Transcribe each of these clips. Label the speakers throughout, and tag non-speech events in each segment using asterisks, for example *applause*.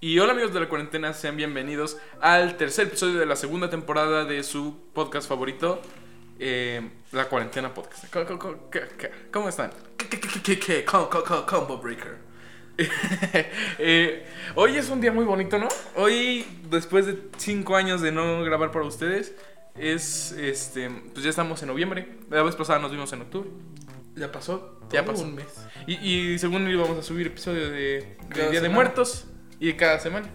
Speaker 1: Y hola amigos de la cuarentena, sean bienvenidos al tercer episodio de la segunda temporada de su podcast favorito, eh, La Cuarentena Podcast. ¿Cómo, cómo- cómo- qué- qué- cómo están? *laughs*
Speaker 2: Combo Breaker.
Speaker 1: Eh, hoy es un día muy bonito, ¿no? Hoy, después de cinco años de no grabar para ustedes, es este, pues ya estamos en noviembre. La vez pasada nos vimos en octubre.
Speaker 2: Ya pasó.
Speaker 1: Ya
Speaker 2: todo
Speaker 1: pasó.
Speaker 2: Un mes.
Speaker 1: Y, y según íbamos a subir episodio de, de
Speaker 2: Cada
Speaker 1: Día de
Speaker 2: semana.
Speaker 1: Muertos y de cada semana.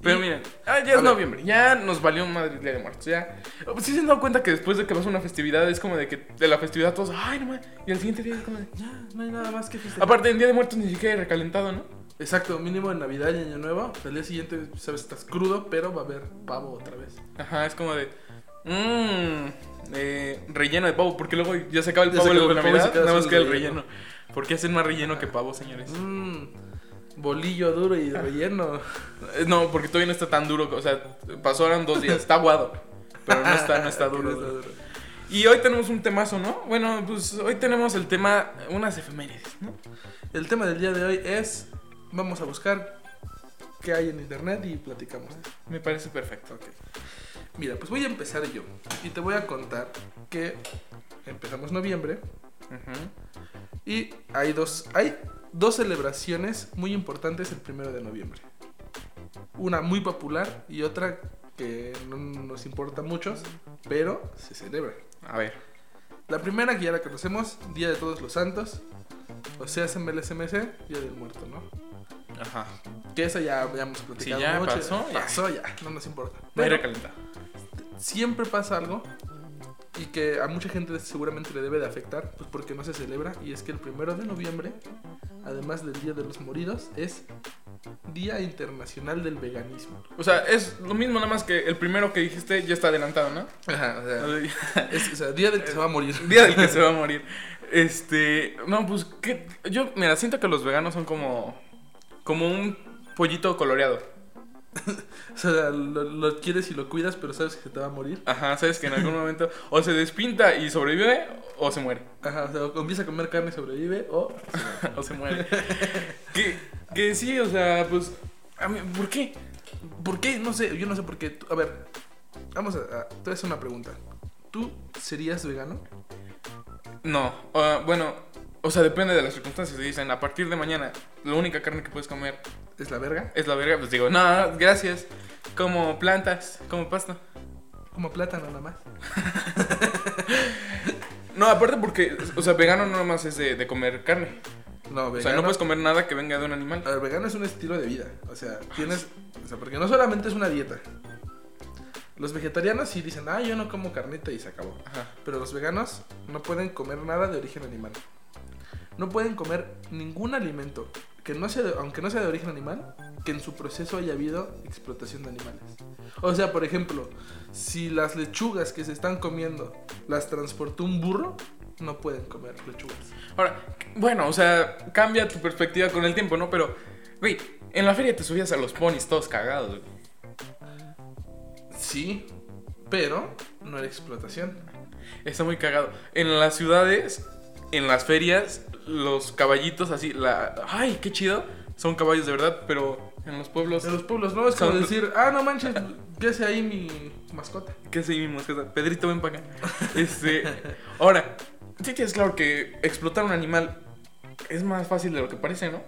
Speaker 1: Pero
Speaker 2: Y-
Speaker 1: miren, ah, ya
Speaker 2: a
Speaker 1: es
Speaker 2: ver.
Speaker 1: noviembre, ya nos valió madre el Día de Muertos, ya. Pues sí se han dado cuenta que después de que vas a una festividad es como de que de la festividad todos, ay no mames", y al siguiente día es como de...
Speaker 2: Ya, no hay nada más que festejar.
Speaker 1: Aparte en Día de Muertos ni siquiera hay recalentado, ¿no?
Speaker 2: Exacto, mínimo en Navidad y Año Nuevo. El día siguiente, sabes, estás crudo, pero va a haber pavo otra vez.
Speaker 1: Ajá, es como de... Mmm, eh, relleno de pavo, porque luego ya se acaba el
Speaker 2: Ya se
Speaker 1: pavo
Speaker 2: acaba
Speaker 1: de
Speaker 2: el pavo y se
Speaker 1: Navidad,
Speaker 2: queda
Speaker 1: nada más
Speaker 2: solo
Speaker 1: queda el
Speaker 2: el
Speaker 1: relleno.
Speaker 2: relleno.
Speaker 1: ¿Por qué hacen más relleno que pavo, señores?
Speaker 2: Mmm. Bolillo duro y relleno.
Speaker 1: Eh, No, porque todavía no está tan duro, o sea, pasaron dos días, está aguado, pero no está, no *laughs* *laughs* está duro. duro. Y hoy tenemos un temazo, ¿no? Bueno, pues hoy tenemos el tema, unas efemérides, ¿no?
Speaker 2: El tema del día de hoy es: vamos a buscar qué hay en internet y platicamos.
Speaker 1: Me parece perfecto. ok.
Speaker 2: Mira, pues voy a empezar yo. Y te voy a contar que empezamos noviembre.
Speaker 1: Ujú.
Speaker 2: Y hay dos, hay dos celebraciones muy importantes el primero de noviembre. Una muy popular y otra que no nos importa a muchos, pero se celebra.
Speaker 1: A ver.
Speaker 2: La primera que ya la conocemos, Día de Todos los Santos, o sea, es MLSMC, Día del Muerto, ¿no?
Speaker 1: Ajá.
Speaker 2: Que esa ya, ya hemos platicado
Speaker 1: ya
Speaker 2: mucho,
Speaker 1: pasó, ya.
Speaker 2: pasó ya, no nos importa.
Speaker 1: No hay
Speaker 2: Pero
Speaker 1: recalentado.
Speaker 2: siempre pasa algo y que a mucha gente seguramente le debe de afectar, pues porque no se celebra, y es que el primero de noviembre, además del Día de los Moridos, es Día Internacional del Veganismo.
Speaker 1: O sea, es lo mismo nada más que el primero que dijiste ya está adelantado, ¿no? *laughs*
Speaker 2: Ajá, o sea,
Speaker 1: Día
Speaker 2: *laughs* es, o sea, día del que se va a morir.
Speaker 1: del que se va a morir. Este, no, pues que yo mira, siento que los veganos son como como un pollito coloreado.
Speaker 2: *laughs* O sea, lo, lo quieres y lo cuidas, pero sabes que se te va a morir.
Speaker 1: Ajá, sabes que en algún momento o se despinta y sobrevive o se muere. *laughs*
Speaker 2: Ajá, o sea, o empieza a comer carne y sobrevive, o...
Speaker 1: o se muere. que, que sí, o sea, pues. a mí- ¿Por qué?
Speaker 2: ¿Por qué? No sé, yo no sé por qué. A ver, vamos a... a- te voy a hacer una pregunta. ¿Tú serías vegano?
Speaker 1: No, ah, bueno, o sea, depende de las circunstancias. Si dicen, a partir de mañana, la única carne que puedes comer
Speaker 2: ¿Es la verga?
Speaker 1: es la verga, pues digo, no, no, gracias. Como plantas, como pasta.
Speaker 2: Como plátano nada más.
Speaker 1: No, aparte porque, o sea, vegano no nomás es de, de comer carne.
Speaker 2: No, vegano...
Speaker 1: O sea, no puedes comer nada que venga de un animal.
Speaker 2: A ver, vegano es un estilo de vida. O sea, tienes. O sea, porque no solamente es una dieta. Los vegetarianos sí dicen, ah, yo no como carnita y se acabó.
Speaker 1: Ajá.
Speaker 2: Pero los veganos no pueden comer nada de origen animal. No pueden comer ningún alimento, que no sea de- aunque no sea de origen animal, que en su proceso haya habido explotación de animales. O sea, por ejemplo, si las lechugas que se están comiendo las transportó un burro, no pueden comer lechugas.
Speaker 1: Ahora, bueno, o sea, cambia tu perspectiva con el tiempo, ¿no? Pero, güey, en la feria te subías a los ponis todos cagados, güey.
Speaker 2: Sí, pero no era explotación.
Speaker 1: Está muy cagado. En las ciudades, en las ferias, los caballitos así, la... ¡Ay, qué chido! Son caballos de verdad, pero en los pueblos...
Speaker 2: De los pueblos, ¿no? Es como
Speaker 1: Son-
Speaker 2: decir, ah, no manches, ¿qué hace ahí mi mascota?
Speaker 1: ¿Qué sé mi mascota? Pedrito, ven
Speaker 2: *laughs*
Speaker 1: para acá. Este... Ahora, sí tienes claro que explotar un animal es más fácil de lo que parece, ¿no?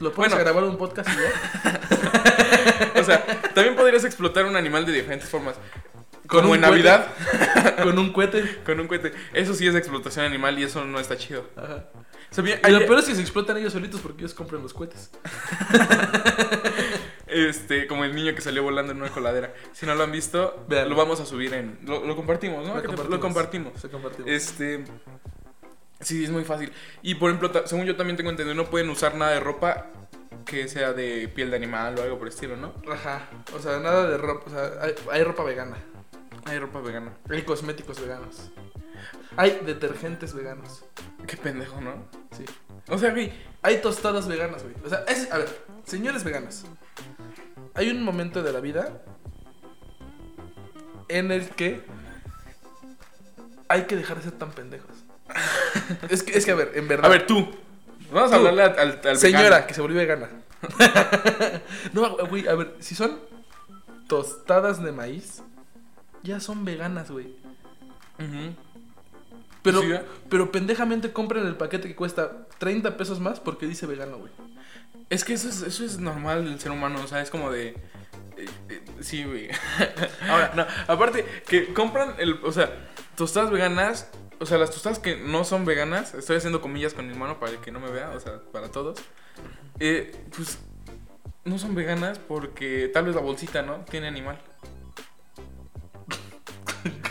Speaker 2: Lo pones
Speaker 1: Bueno.
Speaker 2: a grabar un podcast y ya.
Speaker 1: O sea, también podrías explotar un animal de diferentes formas.
Speaker 2: Con
Speaker 1: Como
Speaker 2: un
Speaker 1: en
Speaker 2: cohete.
Speaker 1: Navidad,
Speaker 2: *laughs* con un cohete.
Speaker 1: con un cohete. Eso sí es explotación animal y eso no está chido.
Speaker 2: Ajá.
Speaker 1: O sea, bien,
Speaker 2: Y lo
Speaker 1: ayer-
Speaker 2: peor es que se explotan ellos solitos porque ellos compran los cohetes.
Speaker 1: Este, como el niño que salió volando en una coladera. Si no lo han visto,
Speaker 2: Vean.
Speaker 1: lo vamos a subir en. Lo, lo compartimos, ¿no? ¿Qué te- Lo compartimos.
Speaker 2: Se compartimos.
Speaker 1: Este. Sí, es muy fácil. Y por ejemplo, ta- según yo también tengo entendido, no pueden usar nada de ropa que sea de piel de animal o algo por el estilo, ¿no?
Speaker 2: Ajá. O sea, nada de ropa. O sea, hay, hay ropa vegana.
Speaker 1: Hay ropa vegana.
Speaker 2: Hay cosméticos veganos. Hay detergentes veganos.
Speaker 1: Qué pendejo, ¿no?
Speaker 2: Sí.
Speaker 1: O sea, güey.
Speaker 2: Hay tostadas veganas, güey. O sea, es, a ver, señores veganos. Hay un momento de la vida en el que hay que dejar de ser tan pendejos. *laughs* es, que, es que, a ver, en verdad.
Speaker 1: A ver, tú. Vamos a
Speaker 2: Tú.
Speaker 1: hablarle al, al, al
Speaker 2: señora
Speaker 1: vegano.
Speaker 2: que se volvió vegana. *laughs* No, güey, a ver, si son tostadas de maíz, ya son veganas, güey.
Speaker 1: Ujú.
Speaker 2: Pero,
Speaker 1: Sí, ¿eh?
Speaker 2: pero pendejamente compran el paquete que cuesta 30 pesos más porque dice vegano, güey.
Speaker 1: Es que eso es, eso es normal del ser humano, o sea, es como de... eh, eh, sí, güey. *laughs* Ahora, no, aparte, que compran el... O sea, tostadas veganas, o sea, las tostadas que no son veganas, estoy haciendo comillas con mi mano para el que no me vea, o sea, para todos, eh, pues no son veganas porque tal vez la bolsita, ¿no? Tiene animal.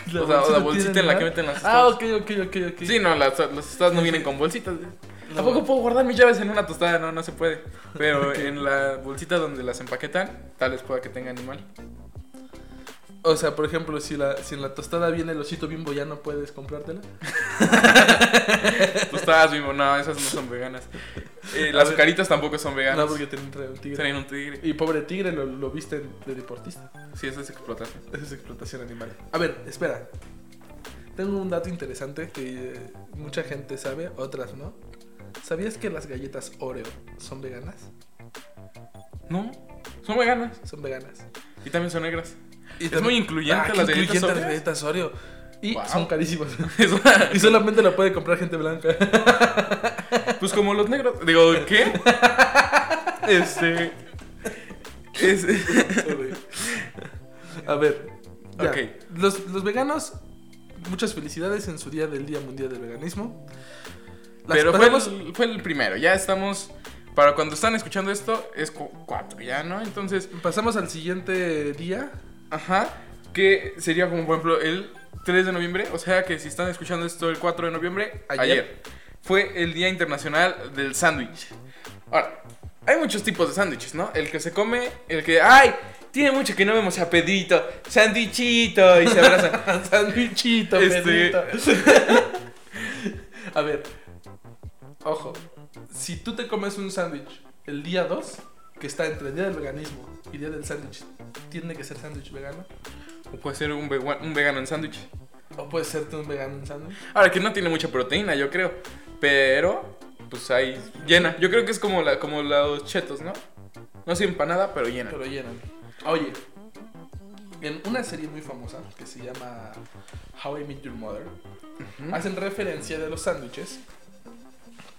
Speaker 1: o sea, o la
Speaker 2: no tiene
Speaker 1: bolsita en la
Speaker 2: nada.
Speaker 1: que meten las
Speaker 2: Ah,
Speaker 1: tostadas.
Speaker 2: ok, ok, ok, ok.
Speaker 1: Sí, no, las, las tostadas no vienen con bolsitas. güey. Tampoco puedo guardar mis llaves en una tostada, no, no se puede. Pero en la bolsita donde las empaquetan, tal vez pueda que tenga animal.
Speaker 2: O sea, por ejemplo, si, la, si en la tostada viene el osito bimbo, ya no puedes comprártela.
Speaker 1: Tostadas, mismo, no, esas no son veganas. Eh,
Speaker 2: A
Speaker 1: las
Speaker 2: ver.
Speaker 1: caritas tampoco son veganas.
Speaker 2: No, porque te entra un tigre.
Speaker 1: Traen un tigre.
Speaker 2: Y pobre tigre lo, lo viste de deportista.
Speaker 1: Sí, eso es explotación.
Speaker 2: Esa es explotación animal. A ver, espera. Tengo un dato interesante que eh, mucha gente sabe, otras no. ¿Sabías que las galletas Oreo son veganas?
Speaker 1: No, son veganas.
Speaker 2: Son veganas.
Speaker 1: Y también son negras. *laughs*
Speaker 2: Y
Speaker 1: Es muy incluyente
Speaker 2: qué
Speaker 1: las galletas
Speaker 2: incluyente
Speaker 1: Oreo.
Speaker 2: las galletas Oreo. Y
Speaker 1: Wow.
Speaker 2: son carísimas. *laughs*
Speaker 1: Es una-
Speaker 2: y solamente la puede comprar gente blanca.
Speaker 1: Pues como los negros. Digo, ¿qué?
Speaker 2: *laughs*
Speaker 1: Este. Es...
Speaker 2: A ver. ya.
Speaker 1: Ok.
Speaker 2: Los, los veganos, muchas felicidades en su día del Día Mundial del Veganismo. Las
Speaker 1: Pero fue
Speaker 2: pasamos-
Speaker 1: el, fue el primero. Ya estamos. Para cuando están escuchando esto, es cu- cuatro ya, ¿no? Entonces,
Speaker 2: pasamos al siguiente *laughs* día.
Speaker 1: Ajá, que sería como por ejemplo el 3 de noviembre, o sea que si están escuchando esto el 4 de noviembre,
Speaker 2: Ayer.
Speaker 1: ayer, fue el Día Internacional del Sándwich. Ahora, hay muchos tipos de sándwiches, ¿no? El que se come, el que, ay, tiene mucho que no vemos a Pedrito, sándwichito, y se *laughs* abrazan.
Speaker 2: Sandwichito,
Speaker 1: Este-
Speaker 2: Pedrito. *laughs* A ver, ojo. Si tú te comes un sándwich el día 2, que está entre el día del veganismo y día del sándwich, ¿tiene que ser sándwich vegano?
Speaker 1: O puede ser un, vegua- un vegano en sándwich.
Speaker 2: ¿O puede serte un vegano un sándwich?
Speaker 1: Ahora, que no tiene mucha proteína, yo creo, pero pues ahí llena. Yo creo que es como, la, como los chetos, ¿no? No sé empanada, pero llena.
Speaker 2: Pero llenan. Oye, en una serie muy famosa que se llama How I Met Your Mother,
Speaker 1: Ujú.
Speaker 2: hacen referencia de los sándwiches.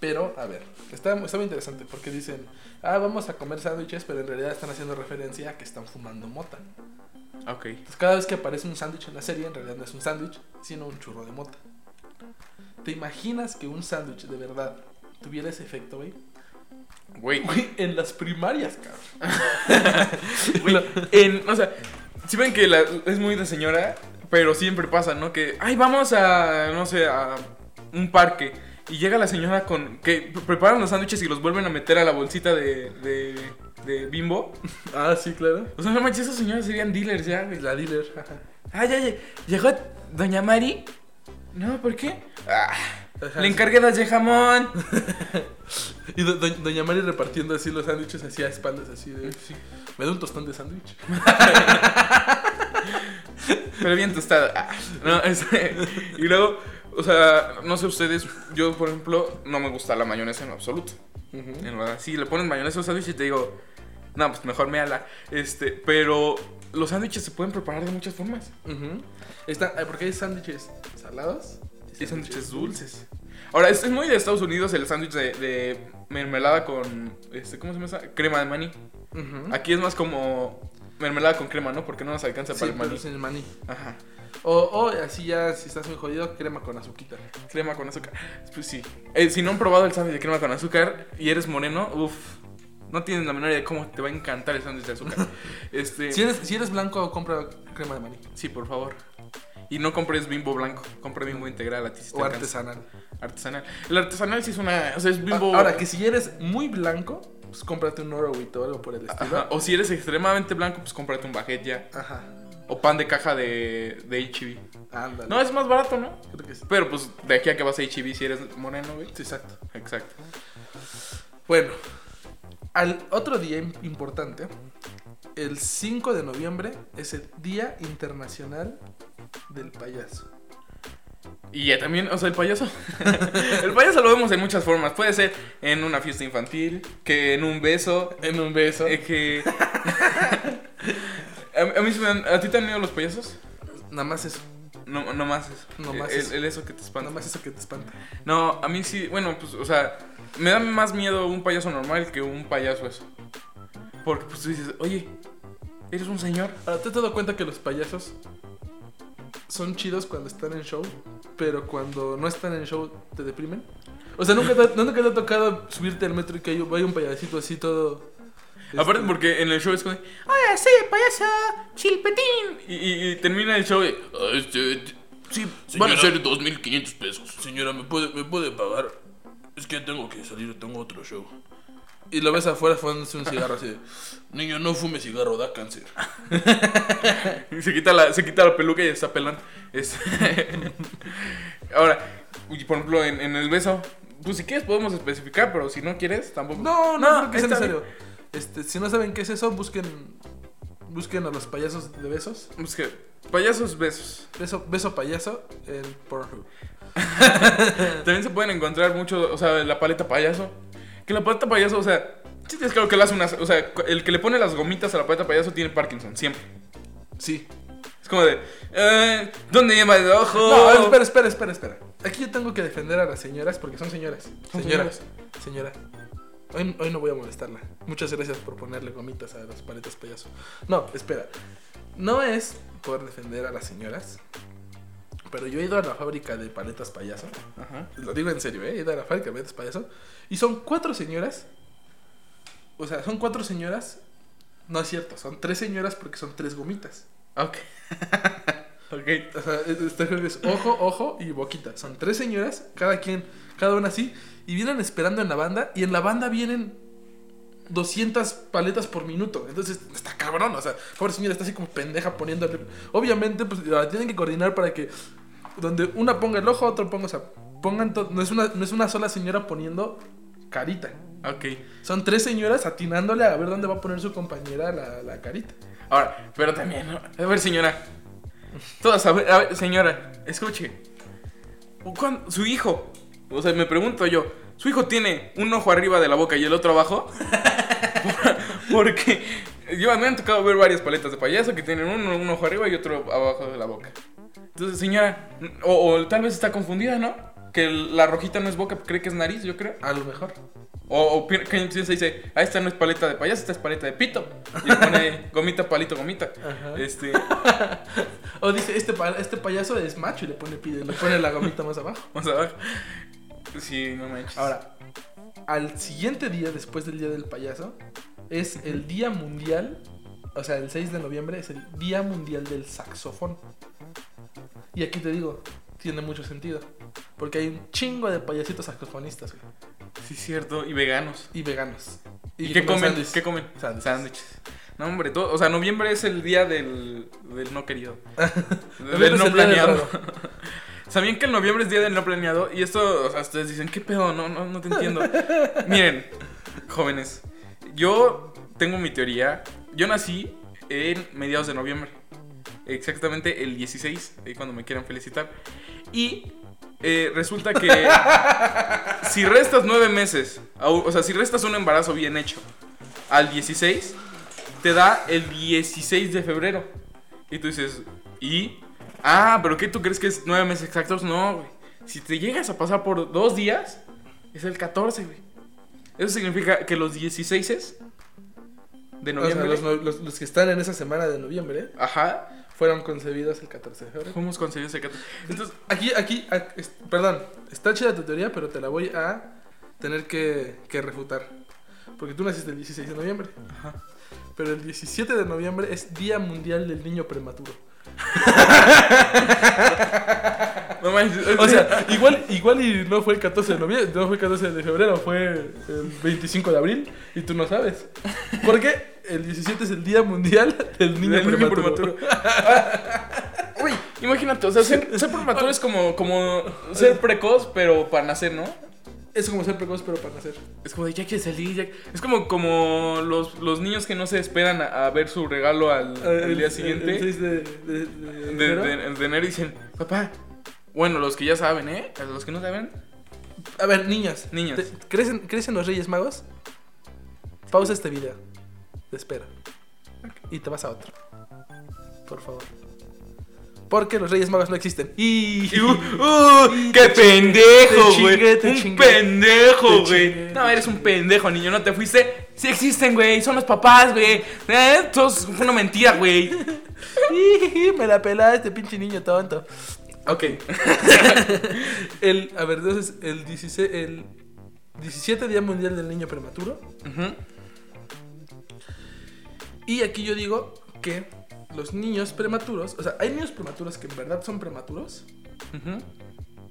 Speaker 2: Pero, a ver, está, está muy interesante porque dicen, ah, vamos a comer sándwiches, pero en realidad están haciendo referencia a que están fumando mota.
Speaker 1: Ah, Ok.
Speaker 2: Entonces, cada vez que aparece un sándwich en la serie, en realidad no es un sándwich, sino un churro de mota. ¿Te imaginas que un sándwich de verdad tuviera ese efecto, güey? *laughs*
Speaker 1: Güey,
Speaker 2: Güey, en las primarias, cabrón.
Speaker 1: Güey, en, o sea, si ven que la- es muy de señora, pero siempre pasa, ¿no? Que, ay, vamos a, no sé, a un parque. Y llega la señora con. que pre- preparan los sándwiches y los vuelven a meter a la bolsita de, de, de bimbo.
Speaker 2: Ah, sí, claro.
Speaker 1: O sea, no manches, esas señoras serían dealers ya, güey.
Speaker 2: La dealer, ajá.
Speaker 1: Ay, ay, ay, llegó Doña Mari. No, ¿por qué? Ah,
Speaker 2: Ajá,
Speaker 1: le
Speaker 2: sí.
Speaker 1: encargué dos de jamón.
Speaker 2: Y do- do- Doña Mari repartiendo así los sándwiches así a espaldas, así de... Me da un tostón de sándwich.
Speaker 1: Pero bien tostada. *laughs* Ah, no, este, y luego, o sea, no sé ustedes, yo por ejemplo, no me gusta la mayonesa en lo absoluto. En verdad, sí, le ponen mayonesa a los sándwiches y te digo, no, pues mejor méala. Este, pero los sándwiches se pueden preparar de muchas formas.
Speaker 2: Ujú. Está, eh, porque hay sándwiches salados
Speaker 1: Y sándwiches dulces. Ahora, este es muy de Estados Unidos el sándwich de, de mermelada con, este, ¿cómo se llama esa? Crema de maní.
Speaker 2: Ujú.
Speaker 1: Aquí es más como mermelada con crema, ¿no? Porque no nos alcanza
Speaker 2: Sí,
Speaker 1: para el
Speaker 2: pero
Speaker 1: maní.
Speaker 2: sin el maní.
Speaker 1: Ajá.
Speaker 2: O, o así ya, si estás muy jodido, crema con azuquita.
Speaker 1: Crema con azúcar. Pues sí. Eh, si no han probado el sándwich de crema con azúcar y eres moreno, uff. No tienes la menor idea de cómo te va a encantar el sándwich de
Speaker 2: *laughs*
Speaker 1: azúcar. Este,
Speaker 2: Si eres, si eres blanco, compra crema de maní.
Speaker 1: Sí, por favor. Y no compres bimbo blanco, compra bimbo integral a ti si te
Speaker 2: O
Speaker 1: alcanza.
Speaker 2: artesanal.
Speaker 1: Artesanal. El artesanal sí es una. O sea, es bimbo.
Speaker 2: A- Ah, Ahora, que si eres muy blanco, pues cómprate un oro o algo por el estilo.
Speaker 1: Ajá,
Speaker 2: Ajá.
Speaker 1: O si eres extremadamente blanco, pues cómprate un baguette ya. O pan de caja de, de HB.
Speaker 2: Ándale.
Speaker 1: No, es más barato, ¿no?
Speaker 2: Creo que sí.
Speaker 1: Pero pues de aquí a que vas a HB si eres moreno, güey.
Speaker 2: Sí, Exacto.
Speaker 1: Exacto.
Speaker 2: Bueno, al otro día im- importante, el 5 de noviembre es el Día Internacional del Payaso.
Speaker 1: Y ya también, o sea, el payaso. *laughs* el payaso lo vemos en muchas formas. Puede ser en una fiesta infantil, que en un beso,
Speaker 2: En un beso.
Speaker 1: eh,
Speaker 2: *laughs*
Speaker 1: que... *laughs* a, a mí se me han- ¿A ti te han ido los payasos?
Speaker 2: Nada más eso.
Speaker 1: No, no más eso. Eh,
Speaker 2: No más
Speaker 1: el,
Speaker 2: eso.
Speaker 1: el eso que te espanta.
Speaker 2: Nada más eso que te espanta.
Speaker 1: No, a mí sí, bueno, pues, o sea, me da más miedo un payaso normal que un payaso eso. Porque pues tú dices, oye, eres un señor.
Speaker 2: Ahora, ¿te has dado cuenta que los payasos son chidos cuando están en show, pero cuando no están en show te deprimen? O sea, ¿nunca te, nunca te ha *laughs* tocado subirte al metro y que hay, un- vaya un payasito así todo... este,
Speaker 1: Aparte porque en el show es como, hola, soy el payaso Chilpetín. Y, y- y termina el show y, *laughs* "Ah, este, sí, van a
Speaker 3: Señora.
Speaker 1: ser 2.500 pesos.
Speaker 3: Señora, ¿me puede, ¿me puede pagar? Es que tengo que salir, tengo otro show.
Speaker 2: Y lo ves afuera fumándose un cigarro así. de,
Speaker 3: Niño, no fume cigarro, da cáncer.
Speaker 1: Y se quita la, se quita la peluca y está pelando. Es- *laughs* Ahora, y por ejemplo, en, en el beso, pues si quieres podemos especificar, pero si no quieres, tampoco.
Speaker 2: No, no, no, que sea
Speaker 1: está
Speaker 2: necesario. Este, si no saben qué es eso, busquen busquen a los payasos de besos.
Speaker 1: bien. Busca payasos besos.
Speaker 2: Beso, beso payaso en Pornhub.
Speaker 1: También se pueden encontrar mucho, o sea, la paleta payaso. Que la paleta payaso, o sea, sí tienes claro que le hace unas. O sea, cu- el que le pone las gomitas a la paleta payaso tiene Parkinson, siempre.
Speaker 2: Sí.
Speaker 1: Es como de. eh, ¿Dónde lleva el ojo?
Speaker 2: No, espera, espera, espera, espera. Aquí yo tengo que defender a las señoras porque son señoras.
Speaker 1: Son
Speaker 2: Señoras. Señora. Hoy, hoy no voy a molestarla. Muchas gracias por ponerle gomitas a las paletas payaso. No, espera. No es por defender a las señoras. Pero yo he ido a la fábrica de paletas payaso.
Speaker 1: Ajá.
Speaker 2: Lo digo en serio, ¿eh? He ido a la fábrica de paletas payaso. Y son cuatro señoras. O sea, son cuatro señoras. No es cierto, son tres señoras porque son tres gomitas.
Speaker 1: Ok. *laughs* ok.
Speaker 2: O sea, es- está creo que es ojo, ojo y boquita. Son tres señoras, cada quien, cada una así, y vienen esperando en la banda, y en la banda vienen 200 paletas por minuto. Entonces, está cabrón, o sea, pobre señora está así como pendeja poniéndole. Obviamente, pues la tienen que coordinar para que donde una ponga el ojo, otro ponga, o sea, pongan todo. No es una, no es una sola señora poniendo carita.
Speaker 1: Ok.
Speaker 2: Son tres señoras atinándole a ver dónde va a poner su compañera la, la carita.
Speaker 1: Ahora, pero también. ¿no? A ver, señora. Todas, a ver, a ver, señora, escuche. ¿O cuán- Su hijo. O sea, me pregunto yo. Su hijo tiene un ojo arriba de la boca y el otro abajo. *laughs* Porque yo me han tocado ver varias paletas de payaso que tienen uno, un ojo arriba y otro abajo de la boca. Entonces, señora, o, o tal vez está confundida, ¿no? Que la rojita no es boca, cree que es nariz, yo creo.
Speaker 2: A lo mejor.
Speaker 1: O, o pi- que se dice, ah, esta no es paleta de payaso, esta es paleta de pito. Y le pone gomita, palito, gomita.
Speaker 2: Ajá.
Speaker 1: Este, *laughs*
Speaker 2: O dice, este, pa- este payaso es macho y le pone, pide- le pone la gomita más abajo.
Speaker 1: vamos a ver. Sí, no manches.
Speaker 2: Ahora, al siguiente día, después del Día del Payaso, es el Día Mundial, o sea, el 6 de noviembre es el Día Mundial del Saxofón. Y aquí te digo, tiene mucho sentido. Porque hay un chingo de payasitos saxofonistas güey,
Speaker 1: Sí, es cierto. Y veganos.
Speaker 2: y veganos.
Speaker 1: ¿Y, qué comen?
Speaker 2: sándwiches.
Speaker 1: ¿Qué comen?
Speaker 2: Sándwiches.
Speaker 1: Sándwiches. No, hombre, todo, o sea, noviembre es el día del, del no
Speaker 2: *laughs*
Speaker 1: querido.
Speaker 2: Noviembre
Speaker 1: del
Speaker 2: es
Speaker 1: no
Speaker 2: el día del
Speaker 1: planeado. *laughs* Sabían que el noviembre es día del no planeado y esto, o sea, ustedes dicen, ¿qué pedo? No, no, no te
Speaker 2: *laughs*
Speaker 1: entiendo. Miren, jóvenes, yo tengo mi teoría. Yo nací en mediados de noviembre, exactamente el 16, ahí cuando me quieran felicitar. Y eh, resulta
Speaker 2: *laughs*
Speaker 1: que si restas nueve meses, au- o sea, si restas un embarazo bien hecho al 16, te da el 16 de febrero. Y tú dices, ¿y? Ah, pero ¿qué tú crees que es nueve meses exactos? No, güey. Si te llegas a pasar por dos días, es el 14, güey. Eso significa que los 16 de
Speaker 2: O sea,
Speaker 1: noviembre.
Speaker 2: los, no- los- los que están en esa semana de noviembre
Speaker 1: Ajá,
Speaker 2: fueron concebidos el 14 de febrero.
Speaker 1: fuimos concebidos el 14. Entonces,
Speaker 2: Aquí, aquí, ac- es- perdón, está chida tu teoría, pero te la voy a tener que, que refutar. Porque tú naciste el 16 de noviembre. Pero el 17 de noviembre es Día Mundial del Niño Prematuro.
Speaker 1: *laughs* no manches.
Speaker 2: O sea, igual, igual y no fue el 14 de noviembre, no fue el 14 de febrero, fue el 25 de abril y tú no sabes. Porque el 17 es el Día Mundial del Niño,
Speaker 1: Del niño prematuro.
Speaker 2: prematuro.
Speaker 1: Ah, *laughs* Uy, imagínate, o sea, ser, ser prematuro es como, como ser precoz, pero para nacer, ¿no?
Speaker 2: Es como ser precoz, pero para nacer.
Speaker 1: Es como de ya quiere salir, ya. Es como, como los, los niños que no se esperan a, a ver su Ah, regalo al, al día siguiente.
Speaker 2: El 6 de, de, de
Speaker 1: de,
Speaker 2: enero.
Speaker 1: de- de enero y dicen, papá, Bueno, los que ya saben, ¿eh? Los que no saben.
Speaker 2: A ver, niñas.
Speaker 1: Niños.
Speaker 2: ¿te- ¿crees, en, crees en los Reyes Magos? Pausa este video. Te espera. Y te vas a otro. Por favor. Porque los Reyes Magos no existen. Y.
Speaker 1: Y, uh, uh, ¡Qué pendejo,
Speaker 2: te
Speaker 1: güey!
Speaker 2: chingué, te
Speaker 1: ¡Un
Speaker 2: chingué.
Speaker 1: pendejo,
Speaker 2: Te
Speaker 1: güey!
Speaker 2: chingué,
Speaker 1: No,
Speaker 2: te
Speaker 1: eres un pendejo, niño, no te fuiste. Sí existen, güey, son los papás, güey. Eh, todo es- fue una mentira, güey.
Speaker 2: Me la pelaste, pinche niño tonto.
Speaker 1: Ok.
Speaker 2: *laughs* El, a ver, entonces, el, 16, el 17 Día Mundial del Niño Prematuro. Y aquí yo digo que los niños prematuros, o sea, hay niños prematuros que en verdad son prematuros.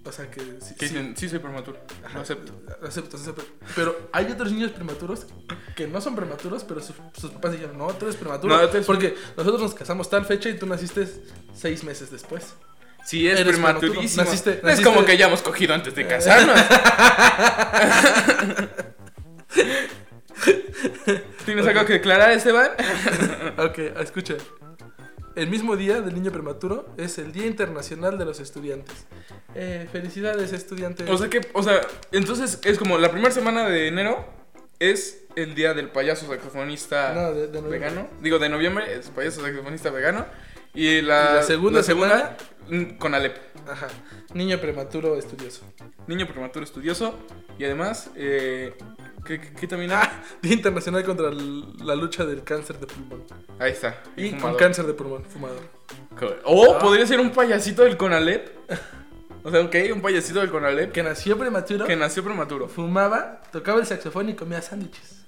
Speaker 2: O sea, que sí-
Speaker 1: ¿Qué
Speaker 2: sí,
Speaker 1: dicen? Sí, soy prematuro. Lo acepto.
Speaker 2: acepto, acepto. Pero hay otros niños prematuros que no son prematuros, pero sus, sus papás dijeron, no, tú eres prematuro.
Speaker 1: No, tú eres-
Speaker 2: porque nosotros nos casamos tal fecha y tú naciste seis meses después.
Speaker 1: Sí, es
Speaker 2: Eres
Speaker 1: prematurísimo.
Speaker 2: prematuro. Naciste-
Speaker 1: No es
Speaker 2: naciste- Eh.
Speaker 1: como que hayamos cogido antes de casarnos. ¿Tienes algo que este declarar, Esteban?
Speaker 2: *laughs* Eh. Ok, escucha. El mismo día del niño prematuro es el Día Internacional de los Estudiantes. Eh, felicidades, estudiantes.
Speaker 1: O sea que, o sea, entonces es como la primera semana de enero es el día del payaso saxofonista
Speaker 2: No, de- de noviembre.
Speaker 1: vegano. Digo, de noviembre es payaso saxofonista vegano. Y
Speaker 2: Y
Speaker 1: la,
Speaker 2: la segunda
Speaker 1: segunda mm, con Alep.
Speaker 2: Ajá. Niño prematuro estudioso.
Speaker 1: Niño prematuro estudioso. Y además, eh, ¿qué, qué- qué también? hay?
Speaker 2: Día Internacional contra el- la lucha del cáncer de pulmón.
Speaker 1: Ahí está. el
Speaker 2: Y con
Speaker 1: fumador.
Speaker 2: cáncer de pulmón, fumador.
Speaker 1: Co- O podría ser un payasito del Conalep. O sea, ok, un payasito del Conalep que,
Speaker 2: Que nació prematuro,
Speaker 1: que nació prematuro.
Speaker 2: fumaba, tocaba el saxofón y comía sándwiches.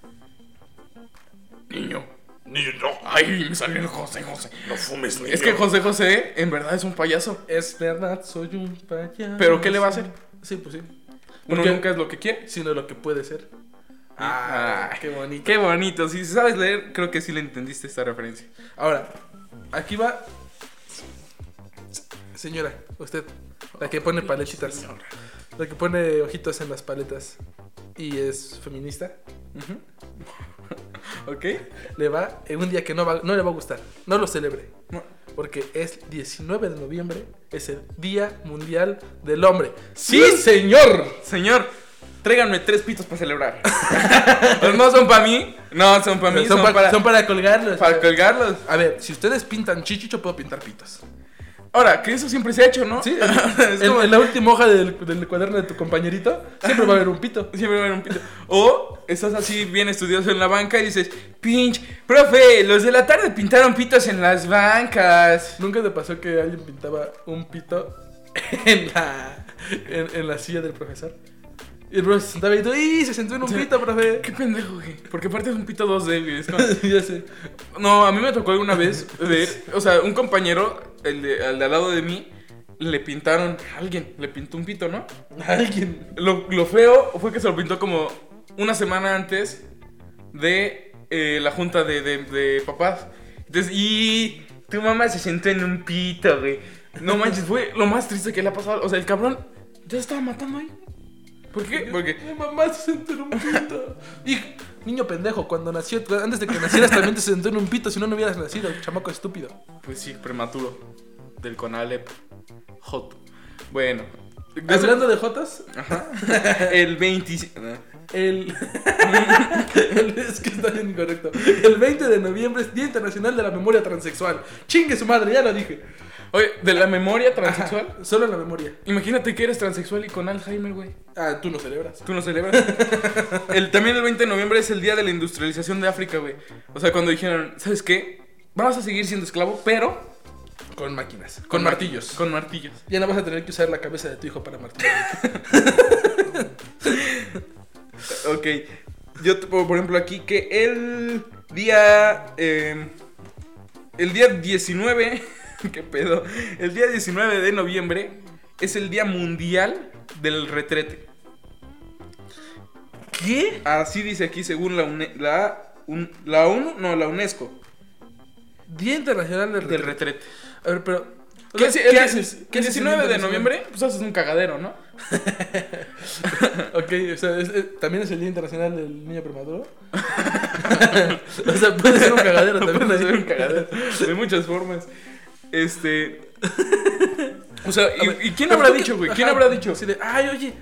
Speaker 1: Niño.
Speaker 3: Niño, no,
Speaker 1: Ay, me salió el José José.
Speaker 3: no fumes, niño.
Speaker 1: Es que José José en verdad es un payaso.
Speaker 2: Es verdad, soy un payaso.
Speaker 1: ¿Pero qué le va a hacer?
Speaker 2: Sí, pues sí.
Speaker 1: Uno
Speaker 2: Porque-
Speaker 1: nunca es lo que quiere.
Speaker 2: Sino lo que puede ser.
Speaker 1: Ah,
Speaker 2: qué bonito.
Speaker 1: Qué bonito. Si sabes leer, creo que sí le entendiste esta referencia.
Speaker 2: Ahora, aquí va. Señora, usted, la que pone paletitas, la que pone ojitos en las paletas y es feminista,
Speaker 1: ¿Ok?
Speaker 2: le va en un día que no, va- no le va a gustar. No lo celebre,
Speaker 1: No.
Speaker 2: porque es 19 de noviembre, es el Día Mundial del Hombre. ¡Sí,
Speaker 1: ¿Sí?
Speaker 2: señor!
Speaker 1: Señor, tráiganme tres pitos para
Speaker 2: *laughs*
Speaker 1: celebrar. Pues no son para mí. No, son para mí.
Speaker 2: son, pa-
Speaker 1: para,
Speaker 2: son para colgarlos.
Speaker 1: para colgarlos.
Speaker 2: A ver, si ustedes pintan chichis, yo puedo pintar pitos.
Speaker 1: Ahora, que eso siempre se ha hecho, ¿no?
Speaker 2: *laughs* Sí,
Speaker 1: *laughs* es
Speaker 2: en,
Speaker 1: como
Speaker 2: en la última hoja del, del cuaderno de tu compañerito siempre va a haber un pito.
Speaker 1: Siempre va a haber un pito. O estás así bien estudioso en la banca y dices, pinch, profe, los de la tarde pintaron pitos en las bancas.
Speaker 2: ¿Nunca te pasó que alguien pintaba un pito *laughs* en la, en, en la silla del profesor? Y el profesor se sentaba y tú, ¡y! Se sentó en un
Speaker 1: Sí.
Speaker 2: pito,
Speaker 1: *laughs*
Speaker 2: profe.
Speaker 1: Qué pendejo, güey. Porque aparte es un pito 2D, güey.
Speaker 2: *laughs*
Speaker 1: es como-
Speaker 2: ya sé.
Speaker 1: No, a mí me tocó alguna vez ver, o sea, un compañero, el de, al de al lado de mí, le pintaron, alguien le pintó un pito, ¿no?
Speaker 2: Alguien.
Speaker 1: Lo, lo feo fue que se lo pintó como una semana antes de eh, la junta de, de- de papás. Entonces, y tu mamá se sentó en un pito, güey. No manches, fue lo más triste que le ha pasado. O sea, el cabrón ya estaba matando ahí. ¿Por qué? Porque
Speaker 2: Mi mamá se sentó en un *laughs* pito. Y, niño pendejo, cuando nació, antes de que nacieras también te sentó en un pito, si no, no hubieras nacido, chamaco estúpido.
Speaker 1: Pues sí, prematuro. Del Conalep. Hot. Bueno.
Speaker 2: Hablando de Jotas,
Speaker 1: Ajá. El 25.
Speaker 2: el. *laughs* el- es que está bien incorrecto. El 20 de noviembre es Día Internacional de la Memoria Transexual. Chingue su madre, ya lo dije.
Speaker 1: Oye, de la memoria transexual.
Speaker 2: Ajá, Solo en la memoria.
Speaker 1: Imagínate que eres transexual y con Alzheimer, güey.
Speaker 2: Ah, tú no celebras.
Speaker 1: Tú no celebras. El, también el 20 de noviembre es el día de la industrialización de África, güey. O sea, cuando dijeron, ¿sabes qué? Vamos a seguir siendo esclavo, pero
Speaker 2: Con máquinas. Con,
Speaker 1: ma-
Speaker 2: martillos.
Speaker 1: Con martillos.
Speaker 2: Ya no vas a tener que usar la cabeza de tu hijo para martillar.
Speaker 1: Ok. Yo te pongo, por ejemplo, aquí que el día. eh, el día 19. *laughs* ¿Qué pedo? El día 19 de noviembre es el día mundial del retrete.
Speaker 2: ¿Qué?
Speaker 1: Así dice aquí, según la, UNE- la, un- la ONU. No, la UNESCO.
Speaker 2: Día Internacional del,
Speaker 1: Del
Speaker 2: Retrete.
Speaker 1: retrete.
Speaker 2: A ver, pero.
Speaker 1: ¿Qué,
Speaker 2: o sea,
Speaker 1: hace- el- El
Speaker 2: haces el
Speaker 1: 19 de
Speaker 2: Día
Speaker 1: noviembre, pues haces un cagadero, ¿no?
Speaker 2: Ok, o sea, es- es- también es el Día Internacional del Niño Prematuro. *laughs* o sea, *laughs* puede ser
Speaker 1: *laughs*
Speaker 2: un *laughs* cagadero también.
Speaker 1: Puedes
Speaker 2: ahí.
Speaker 1: hacer un cagadero. De muchas formas. Este. O sea,
Speaker 2: A
Speaker 1: ¿y,
Speaker 2: ver,
Speaker 1: y quién
Speaker 2: pero
Speaker 1: habrá
Speaker 2: tú qué-
Speaker 1: dicho, güey? ¿Quién
Speaker 2: ajá,
Speaker 1: habrá dicho?
Speaker 2: Así de, ay, oye,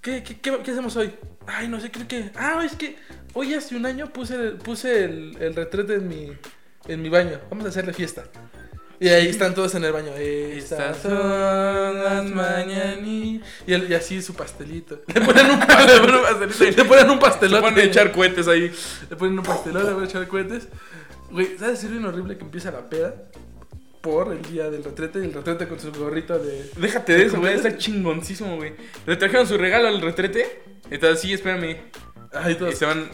Speaker 2: ¿qué, qué, qué, qué hacemos hoy? Ay, no sé, creo que. Ah, es que hoy hace un año puse, puse el, el retrete en mi, en mi baño. Vamos a hacerle fiesta. Y ahí están todos en el baño. Estas son las mañanitas. Y, el- y así su *laughs* pastelito. Le ponen un
Speaker 1: Le ponen un pastelito.
Speaker 2: pastelito. Le ponen un
Speaker 1: Se
Speaker 2: pastelote.
Speaker 1: van a echar cohetes ahí.
Speaker 2: Le ponen un pastelón, le van a echar cohetes. Güey, ¿sabes si es bien horrible que empieza la peda? Por el día del retrete y el retrete con su gorrito de.
Speaker 1: Déjate de eso, güey. Está chingoncísimo, güey. Le trajeron su regalo al retrete. Entonces, sí, espérame.
Speaker 2: Ay,
Speaker 1: Y
Speaker 2: todos.
Speaker 1: se van.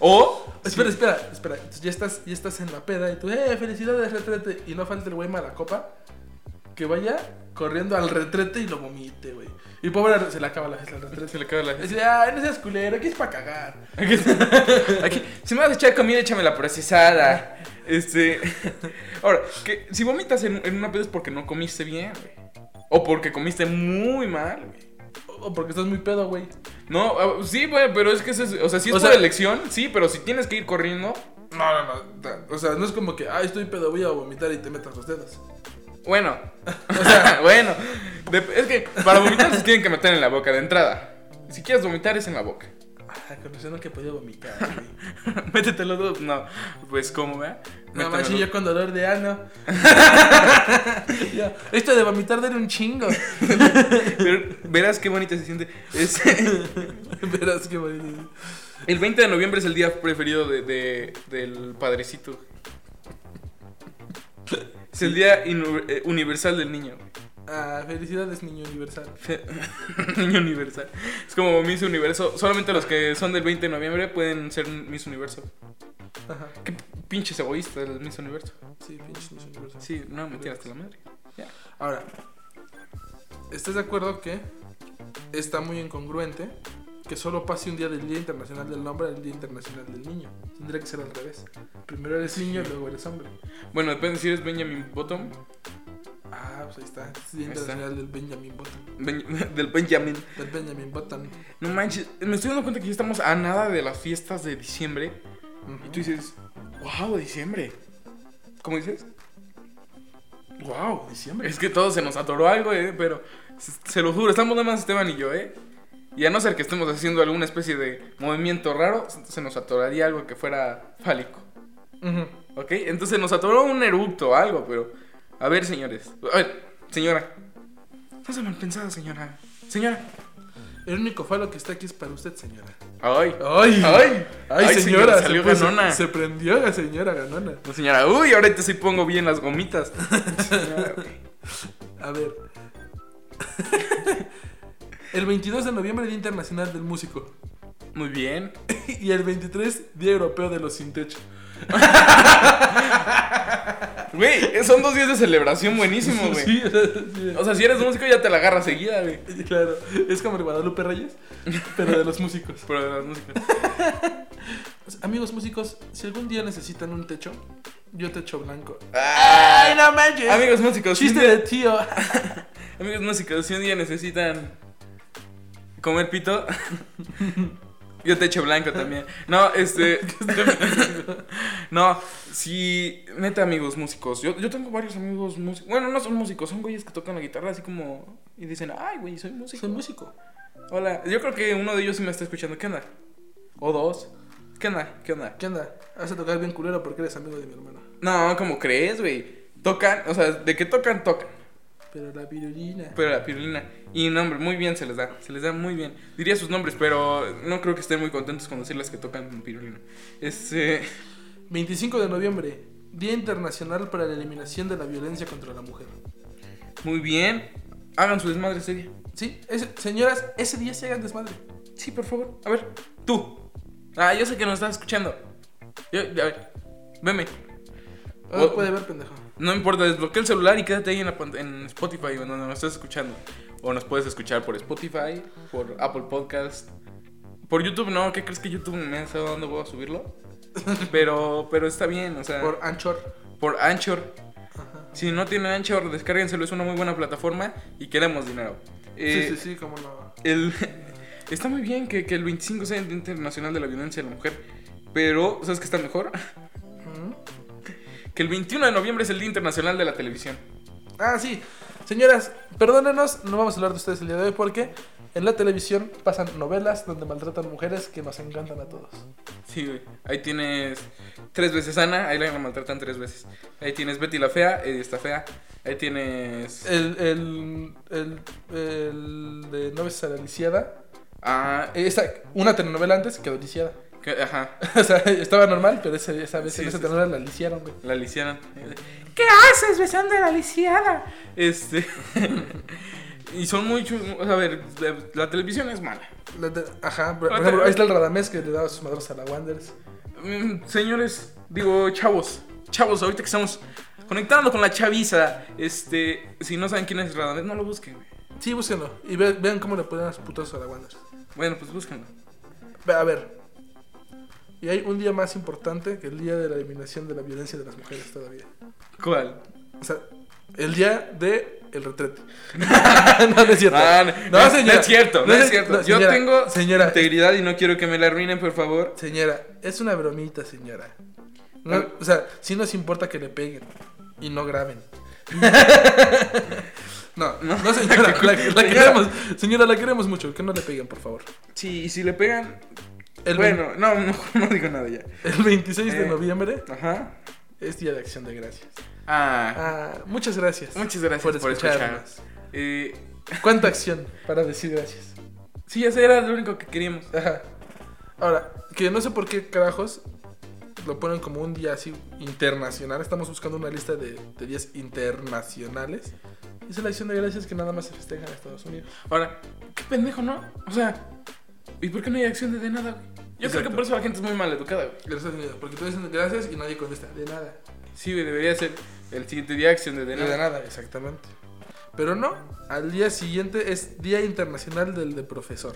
Speaker 1: O.
Speaker 2: Espera, espera, espera. Entonces ya estás, ya estás en la peda y tú, ¡eh, felicidades, retrete! Y no falta el güey mala copa que vaya corriendo al retrete y lo vomite, güey. Y pobre, se le acaba la fiesta al
Speaker 1: Se
Speaker 2: retrete.
Speaker 1: le cae la.
Speaker 2: Dice, ah, no seas culero, aquí es para cagar.
Speaker 1: Aquí, aquí, si me vas a echar comida, échame la procesada. Este. Ahora, que si vomitas en, en una peda es porque no comiste bien, güey. O porque comiste muy mal, güey.
Speaker 2: O porque estás muy pedo, güey.
Speaker 1: No, ah, sí, güey, pero es que eso es, o sea, si es
Speaker 2: O
Speaker 1: por
Speaker 2: sea-
Speaker 1: elección, sí, pero si tienes que ir corriendo,
Speaker 2: No, no, no. ta- O sea, no es como que, ah, estoy pedo, voy a vomitar y te metas los dedos.
Speaker 1: bueno. O sea, *laughs* bueno. Dep- es que para vomitar se tienen que meter en la boca de entrada. Si quieres vomitar es en la
Speaker 2: *laughs*
Speaker 1: boca.
Speaker 2: Ah, conociendo que podía vomitar, güey.
Speaker 1: Métete los dos. No, pues cómo, ¿verdad?
Speaker 2: No
Speaker 1: Métemelo.
Speaker 2: manches, yo con dolor
Speaker 1: *laughs*
Speaker 2: de ano. Ya, *laughs* Esto de vomitar duele
Speaker 1: *laughs*
Speaker 2: un chingo.
Speaker 1: Pero verás qué bonita se siente. Es-
Speaker 2: Verás que bonito.
Speaker 1: El 20 de noviembre es el día preferido de, de- del padrecito. Es el día inu- eh, universal del niño. *laughs*
Speaker 2: Ah, felicidades, niño universal.
Speaker 1: Fe- niño universal. Es como Miss Universo. Solamente los que son del 20 de noviembre pueden ser Miss Universo.
Speaker 2: Ajá,
Speaker 1: Qué pinche egoísta el Miss Universo.
Speaker 2: sí, pinches niños universal.
Speaker 1: Sí, no, me tiraste la madre.
Speaker 2: Ahora, ¿estás de acuerdo que está muy incongruente que solo pase un día del Día Internacional del Hombre al Día Internacional del Niño? Tendría que ser al revés. Primero eres niño, luego eres hombre.
Speaker 1: Bueno, depende si eres Benjamin Bottom.
Speaker 2: Ah, pues ahí está. Es Día
Speaker 1: Ahí está.
Speaker 2: Internacional del Benjamin Button.
Speaker 1: Ben- *laughs* del Benjamin.
Speaker 2: Del Benjamin Button.
Speaker 1: No manches, me estoy dando cuenta que ya estamos a nada de las fiestas de diciembre. Y tú dices, wow, diciembre. ¿Cómo dices?
Speaker 2: Wow, diciembre.
Speaker 1: Es que todo se nos atoró algo, eh, pero se, se lo juro, estamos nada más Esteban y yo, ¿eh? Y a no ser que estemos haciendo alguna especie de movimiento raro, se se nos atoraría algo que fuera fálico,
Speaker 2: Ujú.
Speaker 1: ¿ok? Entonces nos atoró un eructo, algo, pero... A ver, señores. A ver, señora. No se mal pensado, señora. Señora.
Speaker 2: El único falo que está aquí es para usted, señora.
Speaker 1: Ay.
Speaker 2: ¡Ay!
Speaker 1: Ay.
Speaker 2: ¡Ay,
Speaker 1: Ay,
Speaker 2: señora!
Speaker 1: señora, salió
Speaker 2: se, puso-
Speaker 1: ganona.
Speaker 2: se prendió la señora ganona.
Speaker 1: No, señora. Uy, ahorita sí pongo bien las gomitas. Señora, güey.
Speaker 2: A ver. *laughs* el 22 de noviembre, Día Internacional del Músico. *laughs*
Speaker 1: Muy bien.
Speaker 2: Y el 23, Día Europeo de los Sin Techo.
Speaker 1: Güey, eh, son dos días de celebración buenísimo, güey.
Speaker 2: *laughs* Sí, o sea, sí. *laughs*
Speaker 1: O sea, si eres músico ya te la agarras seguida, güey.
Speaker 2: Claro, es como el Guadalupe Reyes, pero de los músicos.
Speaker 1: Pero de las músicas.
Speaker 2: O sea, Amigos músicos, si algún día necesitan un techo, yo techo blanco.
Speaker 1: ¡Ay,
Speaker 2: no manches!
Speaker 1: Ah. Amigos músicos, si un
Speaker 2: Chiste
Speaker 1: día-
Speaker 2: de tío. *laughs*
Speaker 1: amigos músicos, si un día necesitan comer pito, *laughs* yo te echo blanco también. No,
Speaker 2: *laughs*
Speaker 1: este, no, si neta amigos músicos, yo, yo tengo varios amigos músicos, bueno no son músicos, son güeyes que tocan la guitarra así como y dicen, ay güey, soy músico.
Speaker 2: Soy músico.
Speaker 1: Hola, yo creo que uno de ellos sí me está escuchando. ¿Qué onda?
Speaker 2: O dos.
Speaker 1: ¿Qué onda? ¿Qué onda?
Speaker 2: ¿Qué onda? Vas a tocar bien culero porque eres amigo de mi hermano.
Speaker 1: No, ¿cómo crees, güey? Tocan, o sea, de que tocan tocan.
Speaker 2: Pero la virulina.
Speaker 1: Pero la pirulina. Y nombre, muy bien se les da. Se les da muy bien. Diría sus nombres, pero no creo que estén muy contentos con decirles que tocan con pirulina. Este.
Speaker 2: 25 de noviembre, Día Internacional para la Eliminación de la Violencia contra la Mujer.
Speaker 1: Muy bien. Hagan su desmadre ese día.
Speaker 2: Sí, ese- señoras, ese día se hagan desmadre.
Speaker 1: Sí, por favor. A ver, tú. Ah, yo sé que nos estás escuchando. Yo- a ver, veme.
Speaker 2: No
Speaker 1: O-
Speaker 2: puede ver, pendejo.
Speaker 1: No importa, desbloquea el celular y quédate ahí en, la pant- en Spotify, o donde nos estás escuchando. O nos puedes escuchar por Spotify, por Apple Podcast. Por YouTube no, ¿qué crees que YouTube me ha estado dando huevo a subirlo?
Speaker 2: *laughs*
Speaker 1: Pero, pero está bien, o sea, por,
Speaker 2: Por Anchor.
Speaker 1: Anchor.
Speaker 2: Ajá.
Speaker 1: Si no tienen Anchor, descárguenselo, es una muy buena plataforma y queremos dinero. Eh,
Speaker 2: sí, sí, sí, cómo no.
Speaker 1: el- *laughs* está muy bien que, que el 25 sea el Día Internacional de la Violencia de la Mujer, pero ¿sabes qué está mejor? *laughs*
Speaker 2: Ujú.
Speaker 1: Que el 21 de noviembre es el Día Internacional de la Televisión.
Speaker 2: Ah, sí. Señoras, perdónenos, no vamos a hablar de ustedes el día de hoy porque en la televisión pasan novelas donde maltratan mujeres que nos encantan a todos.
Speaker 1: Sí, güey. Ahí tienes tres veces Ana, ahí la maltratan tres veces. Ahí tienes Betty la fea, ella está fea. Ahí tienes.
Speaker 2: El, el, el, el de No besar a lisiada.
Speaker 1: Ah, eh,
Speaker 2: Esa, una telenovela antes quedó lisiada.
Speaker 1: que- ajá, *laughs*
Speaker 2: o sea, estaba normal, pero esa, esa vez
Speaker 1: Sí,
Speaker 2: en esa
Speaker 1: sí,
Speaker 2: telenovela la lisiaron, güey.
Speaker 1: la lisiaran. ¿Qué haces besando a la lisiada? Este. *laughs* y son muy chu- A ver, la- la televisión es mala.
Speaker 2: La te- Ajá, pero,
Speaker 1: La
Speaker 2: por ejemplo,
Speaker 1: te-
Speaker 2: ahí está el Radamés que le daba sus madres a la Wanderers.
Speaker 1: Mm, Señores, digo, chavos, chavos, ahorita que estamos conectando con la chaviza, este, si no saben quién es Radamés, no lo busquen, güey.
Speaker 2: Sí, búsquenlo. Y ve- vean cómo le ponen las putas a la Wanderers.
Speaker 1: Bueno, pues búsquenlo.
Speaker 2: Ve- A ver. Y hay un día más importante que el día de la eliminación de la violencia de las mujeres todavía.
Speaker 1: ¿Cuál?
Speaker 2: O sea, el día de el retrete. *laughs* no, no es cierto.
Speaker 1: Ah, no, no,
Speaker 2: señora.
Speaker 1: no es cierto, no, es cierto.
Speaker 2: no,
Speaker 1: Yo
Speaker 2: señora,
Speaker 1: tengo
Speaker 2: Señora,
Speaker 1: integridad y no quiero que me la arruinen, por favor.
Speaker 2: señora, es una bromita, señora. No,
Speaker 1: Ah.
Speaker 2: o sea, sí nos importa que le peguen y
Speaker 1: *laughs*
Speaker 2: no graben. no,
Speaker 1: *laughs*
Speaker 2: no, señora, la, la
Speaker 1: Señora.
Speaker 2: queremos. Señora, la queremos mucho. Que no le peguen, por favor.
Speaker 1: Sí, y si le pegan,
Speaker 2: El, vein-
Speaker 1: bueno, no, *laughs* no, no digo nada ya.
Speaker 2: el 26 de
Speaker 1: Eh.
Speaker 2: noviembre
Speaker 1: Ajá.
Speaker 2: es Día de Acción de Gracias.
Speaker 1: Ah,
Speaker 2: Ah, muchas gracias.
Speaker 1: muchas gracias por, escucharnos. Eh,
Speaker 2: ¿Cuánta acción para decir gracias?
Speaker 1: sí, ya sé, era lo único que queríamos.
Speaker 2: Ajá. Ahora, que no sé por qué carajos lo ponen como un día así internacional. Estamos buscando una lista de, de días internacionales. Es la acción de gracias que nada más se festeja en Estados Unidos.
Speaker 1: Ahora, qué pendejo, ¿no? O sea, ¿y por qué no hay acción de, de nada, güey? Yo creo que
Speaker 2: Exacto.
Speaker 1: por eso la gente es muy mal educada, güey.
Speaker 2: Gracias, Unidos, porque todos dicen gracias y nadie contesta. De nada.
Speaker 1: Sí, güey, debería ser el siguiente día acción de, de
Speaker 2: De
Speaker 1: nada.
Speaker 2: nada, exactamente. Pero no, al día siguiente es Día Internacional del de Profesor.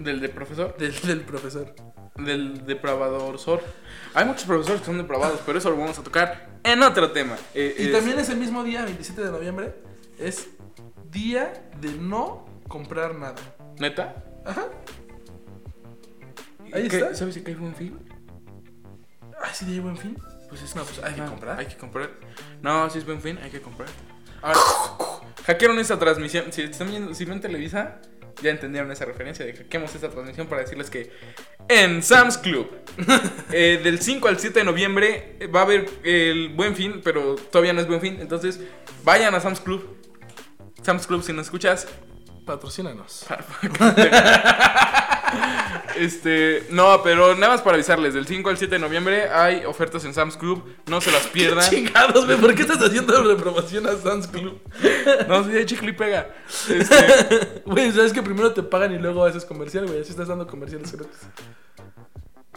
Speaker 1: Del de profesor,
Speaker 2: Del, del profesor.
Speaker 1: del depravador sor. Hay muchos profesores que son depravados, pero eso lo vamos a tocar en otro tema. Eh,
Speaker 2: Y
Speaker 1: es-
Speaker 2: también ese mismo día, 27 de noviembre, es Día de No Comprar Nada.
Speaker 1: ¿Neta?
Speaker 2: Ajá. Ahí
Speaker 1: ¿Qué-
Speaker 2: está.
Speaker 1: ¿Sabes de qué hay buen fin?
Speaker 2: Ah, sí, de buen fin.
Speaker 1: Pues es
Speaker 2: No, pues hay que
Speaker 1: Ah,
Speaker 2: comprar.
Speaker 1: Hay que comprar. No, si es buen fin, hay que comprar.
Speaker 2: *laughs*
Speaker 1: Ahora, hackearon esta transmisión. Si, están viendo, si ven Televisa, ya entendieron esa referencia de hackeamos esta transmisión para decirles que en Sam's
Speaker 2: *laughs*
Speaker 1: Club, eh, del 5 al 7 de noviembre, eh, va a haber el buen fin, pero todavía no es buen fin. Entonces, vayan a Sam's Club. Sam's Club, si nos escuchas,
Speaker 2: Patrocínanos.
Speaker 1: este, no, pero nada más para avisarles, del 5 al 7 de noviembre hay ofertas en Sam's Club, no se las
Speaker 2: *laughs*
Speaker 1: pierdan.
Speaker 2: Chingados, güey, ¿por qué estás haciendo doble promoción a Sans Club?
Speaker 1: No, sí, chicle y pega.
Speaker 2: *laughs*
Speaker 1: Este,
Speaker 2: Güey, sabes que primero te pagan y luego haces comercial, güey. Así estás dando comerciales gratis.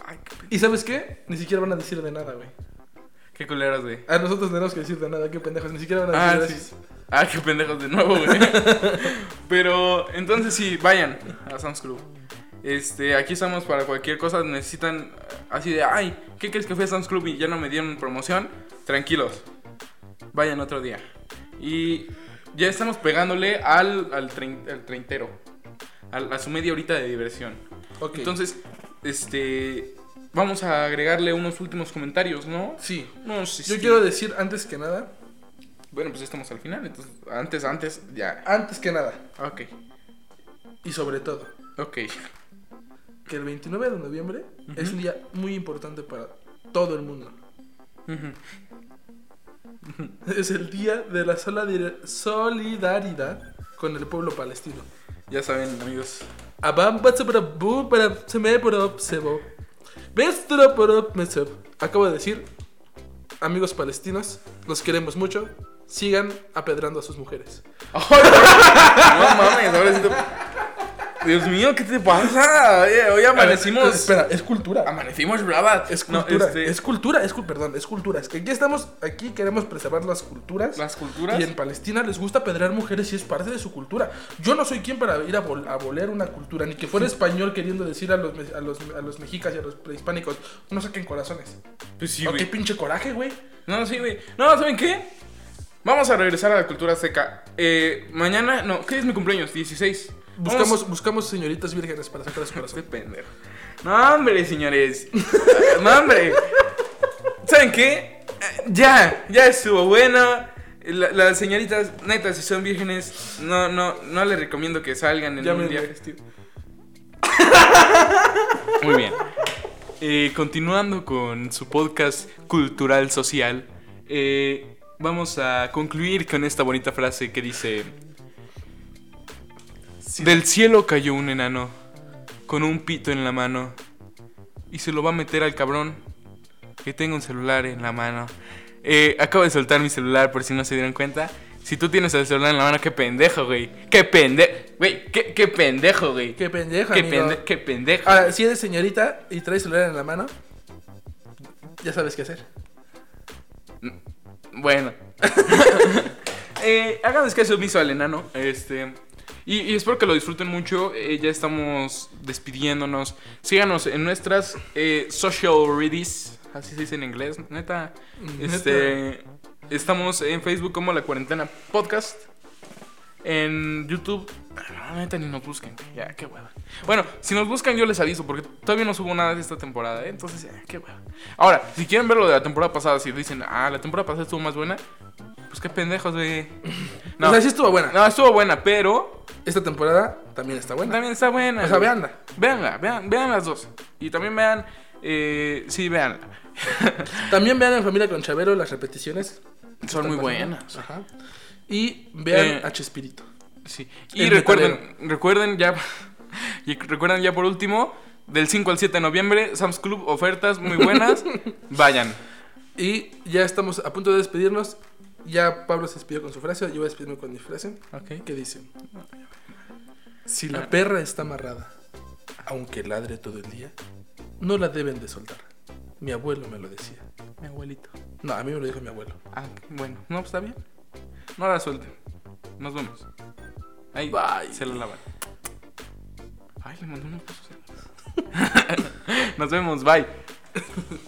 Speaker 1: ay, qué pe-
Speaker 2: ¿Y sabes qué? Ni siquiera van a decir de nada, güey.
Speaker 1: qué culeras, güey.
Speaker 2: A nosotros tenemos que decir de nada, qué pendejos. Ni siquiera van a
Speaker 1: Ah,
Speaker 2: decir gracias.
Speaker 1: sí. Ah, qué pendejos de nuevo, *laughs* güey. Pero entonces sí, vayan a Sam's Club. Este, aquí estamos para cualquier cosa. Necesitan eh, así de, ay, ¿qué crees que fui a Sam's Club y ya no me dieron promoción? Tranquilos, vayan otro día. Y ya estamos pegándole al, al, trein- al treintero, al- a su media horita de diversión.
Speaker 2: Ok.
Speaker 1: Entonces, este, vamos a agregarle unos últimos comentarios, ¿no?
Speaker 2: sí.
Speaker 1: No, sí,
Speaker 2: Yo
Speaker 1: sí.
Speaker 2: quiero decir antes que nada,
Speaker 1: Bueno, pues ya estamos al final, entonces, antes, antes, ya.
Speaker 2: antes que nada,
Speaker 1: Ok,
Speaker 2: y sobre todo,
Speaker 1: ok.
Speaker 2: que el 29 de noviembre es un día muy importante para todo el mundo.
Speaker 1: Ujú.
Speaker 2: Es el día de la solidar- solidaridad con el pueblo palestino.
Speaker 1: Ya saben, amigos.
Speaker 2: Abam batsabarabu para semeporop sebo. Bestoroporop meseb. Acabo de decir, amigos palestinos, los queremos mucho. Sigan apedrando a sus mujeres. Ah.
Speaker 1: No mames, ahora sí te- Dios mío, ¿qué te pasa? Oye, Hoy,
Speaker 2: A ver,
Speaker 1: amanecimos.
Speaker 2: Espera, es cultura.
Speaker 1: Amanecimos bravas.
Speaker 2: Es
Speaker 1: No,
Speaker 2: cultura,
Speaker 1: este,
Speaker 2: es cultura, es cul- perdón, es cultura. Es que aquí estamos, aquí queremos preservar las culturas.
Speaker 1: Las culturas.
Speaker 2: Y en Palestina les gusta apedrear mujeres y es parte de su cultura. Yo no soy quien para ir a, vol- a voler una cultura, ni que fuera español queriendo decir a los, me- a los, a los mexicas y a los prehispánicos, no saquen corazones.
Speaker 1: Pues sí,
Speaker 2: Ah,
Speaker 1: güey.
Speaker 2: qué pinche coraje, güey.
Speaker 1: No, sí, güey. No, ¿saben qué? Vamos a regresar a la cultura seca. Eh, mañana, no, ¿qué es mi cumpleaños? 16.
Speaker 2: Buscamos,
Speaker 1: Vamos-
Speaker 2: buscamos señoritas vírgenes para sacar su
Speaker 1: Este
Speaker 2: *laughs* corazón.
Speaker 1: pendejo. No, hombre, señores. *laughs* No, hombre. ¿Saben qué? Eh, Ya, ya estuvo bueno. la- las señoritas, neta, si son vírgenes, no, no, no les recomiendo que salgan en un
Speaker 2: Llámenme.
Speaker 1: día festivo. Muy bien. Eh, continuando con su podcast cultural social, eh, vamos a concluir con esta bonita frase que dice: Del cielo cayó un enano con un pito en la mano y se lo va a meter al cabrón que tenga un celular en la mano. Eh, acabo de soltar mi celular por si no se dieron cuenta. Si tú tienes el celular en la mano, qué pendejo, güey. Qué pendejo, güey. Qué, qué pendejo, güey.
Speaker 2: Qué pendejo,
Speaker 1: Qué,
Speaker 2: amigo. Ah,
Speaker 1: pende- qué pendejo.
Speaker 2: Ahora, si eres señorita y traes celular en la mano, ya sabes qué hacer.
Speaker 1: Bueno. eh, háganos caso omiso al enano. Este. Y, y espero que lo disfruten mucho. eh, ya estamos despidiéndonos. Síganos en nuestras eh, social redes. Así se dice en inglés. Neta. Este. Estamos en Facebook como La Cuarentena Podcast. En YouTube. ah, no, neta, ni nos busquen. Ya, qué hueva. Bueno, si nos buscan, yo les aviso. Porque todavía no subo nada de esta temporada. ¿eh? Entonces, ya, qué hueva. Ahora, si quieren ver lo de la temporada pasada, si dicen, ah, la temporada pasada estuvo más buena. Pues qué pendejos,
Speaker 2: *laughs*
Speaker 1: güey. No,
Speaker 2: O sea, sí estuvo buena.
Speaker 1: no, estuvo buena, pero
Speaker 2: Esta temporada también está buena.
Speaker 1: también está buena.
Speaker 2: o sea,
Speaker 1: güey.
Speaker 2: veanla.
Speaker 1: Véanla, vean, vean las dos. Y también vean. Eh, sí, veanla.
Speaker 2: También vean en familia con Chavero las repeticiones.
Speaker 1: Son muy
Speaker 2: Están pasando.
Speaker 1: buenas.
Speaker 2: Ajá. Y vean
Speaker 1: Eh,
Speaker 2: a Chespirito.
Speaker 1: Sí. Y
Speaker 2: El
Speaker 1: recuerden, recuerden ya, *laughs* y recuerden ya por último, del 5 al 7 de noviembre, Sam's Club, ofertas muy *laughs* buenas. Vayan.
Speaker 2: Y ya estamos a punto de despedirnos. Ya Pablo se despidió con su frase. Yo voy a despedirme con mi frase. ¿Qué dice? Si
Speaker 1: Ah,
Speaker 2: la perra está amarrada, aunque ladre todo el día, no la deben de soltar. Mi abuelo me lo decía.
Speaker 1: Mi abuelito.
Speaker 2: No, a mí me lo dijo mi abuelo.
Speaker 1: Ah, bueno. No, pues, está bien. No la suelten. Nos vemos. Ahí se la lavan. *laughs* Ay, le mandó unos besos. Nos vemos, bye.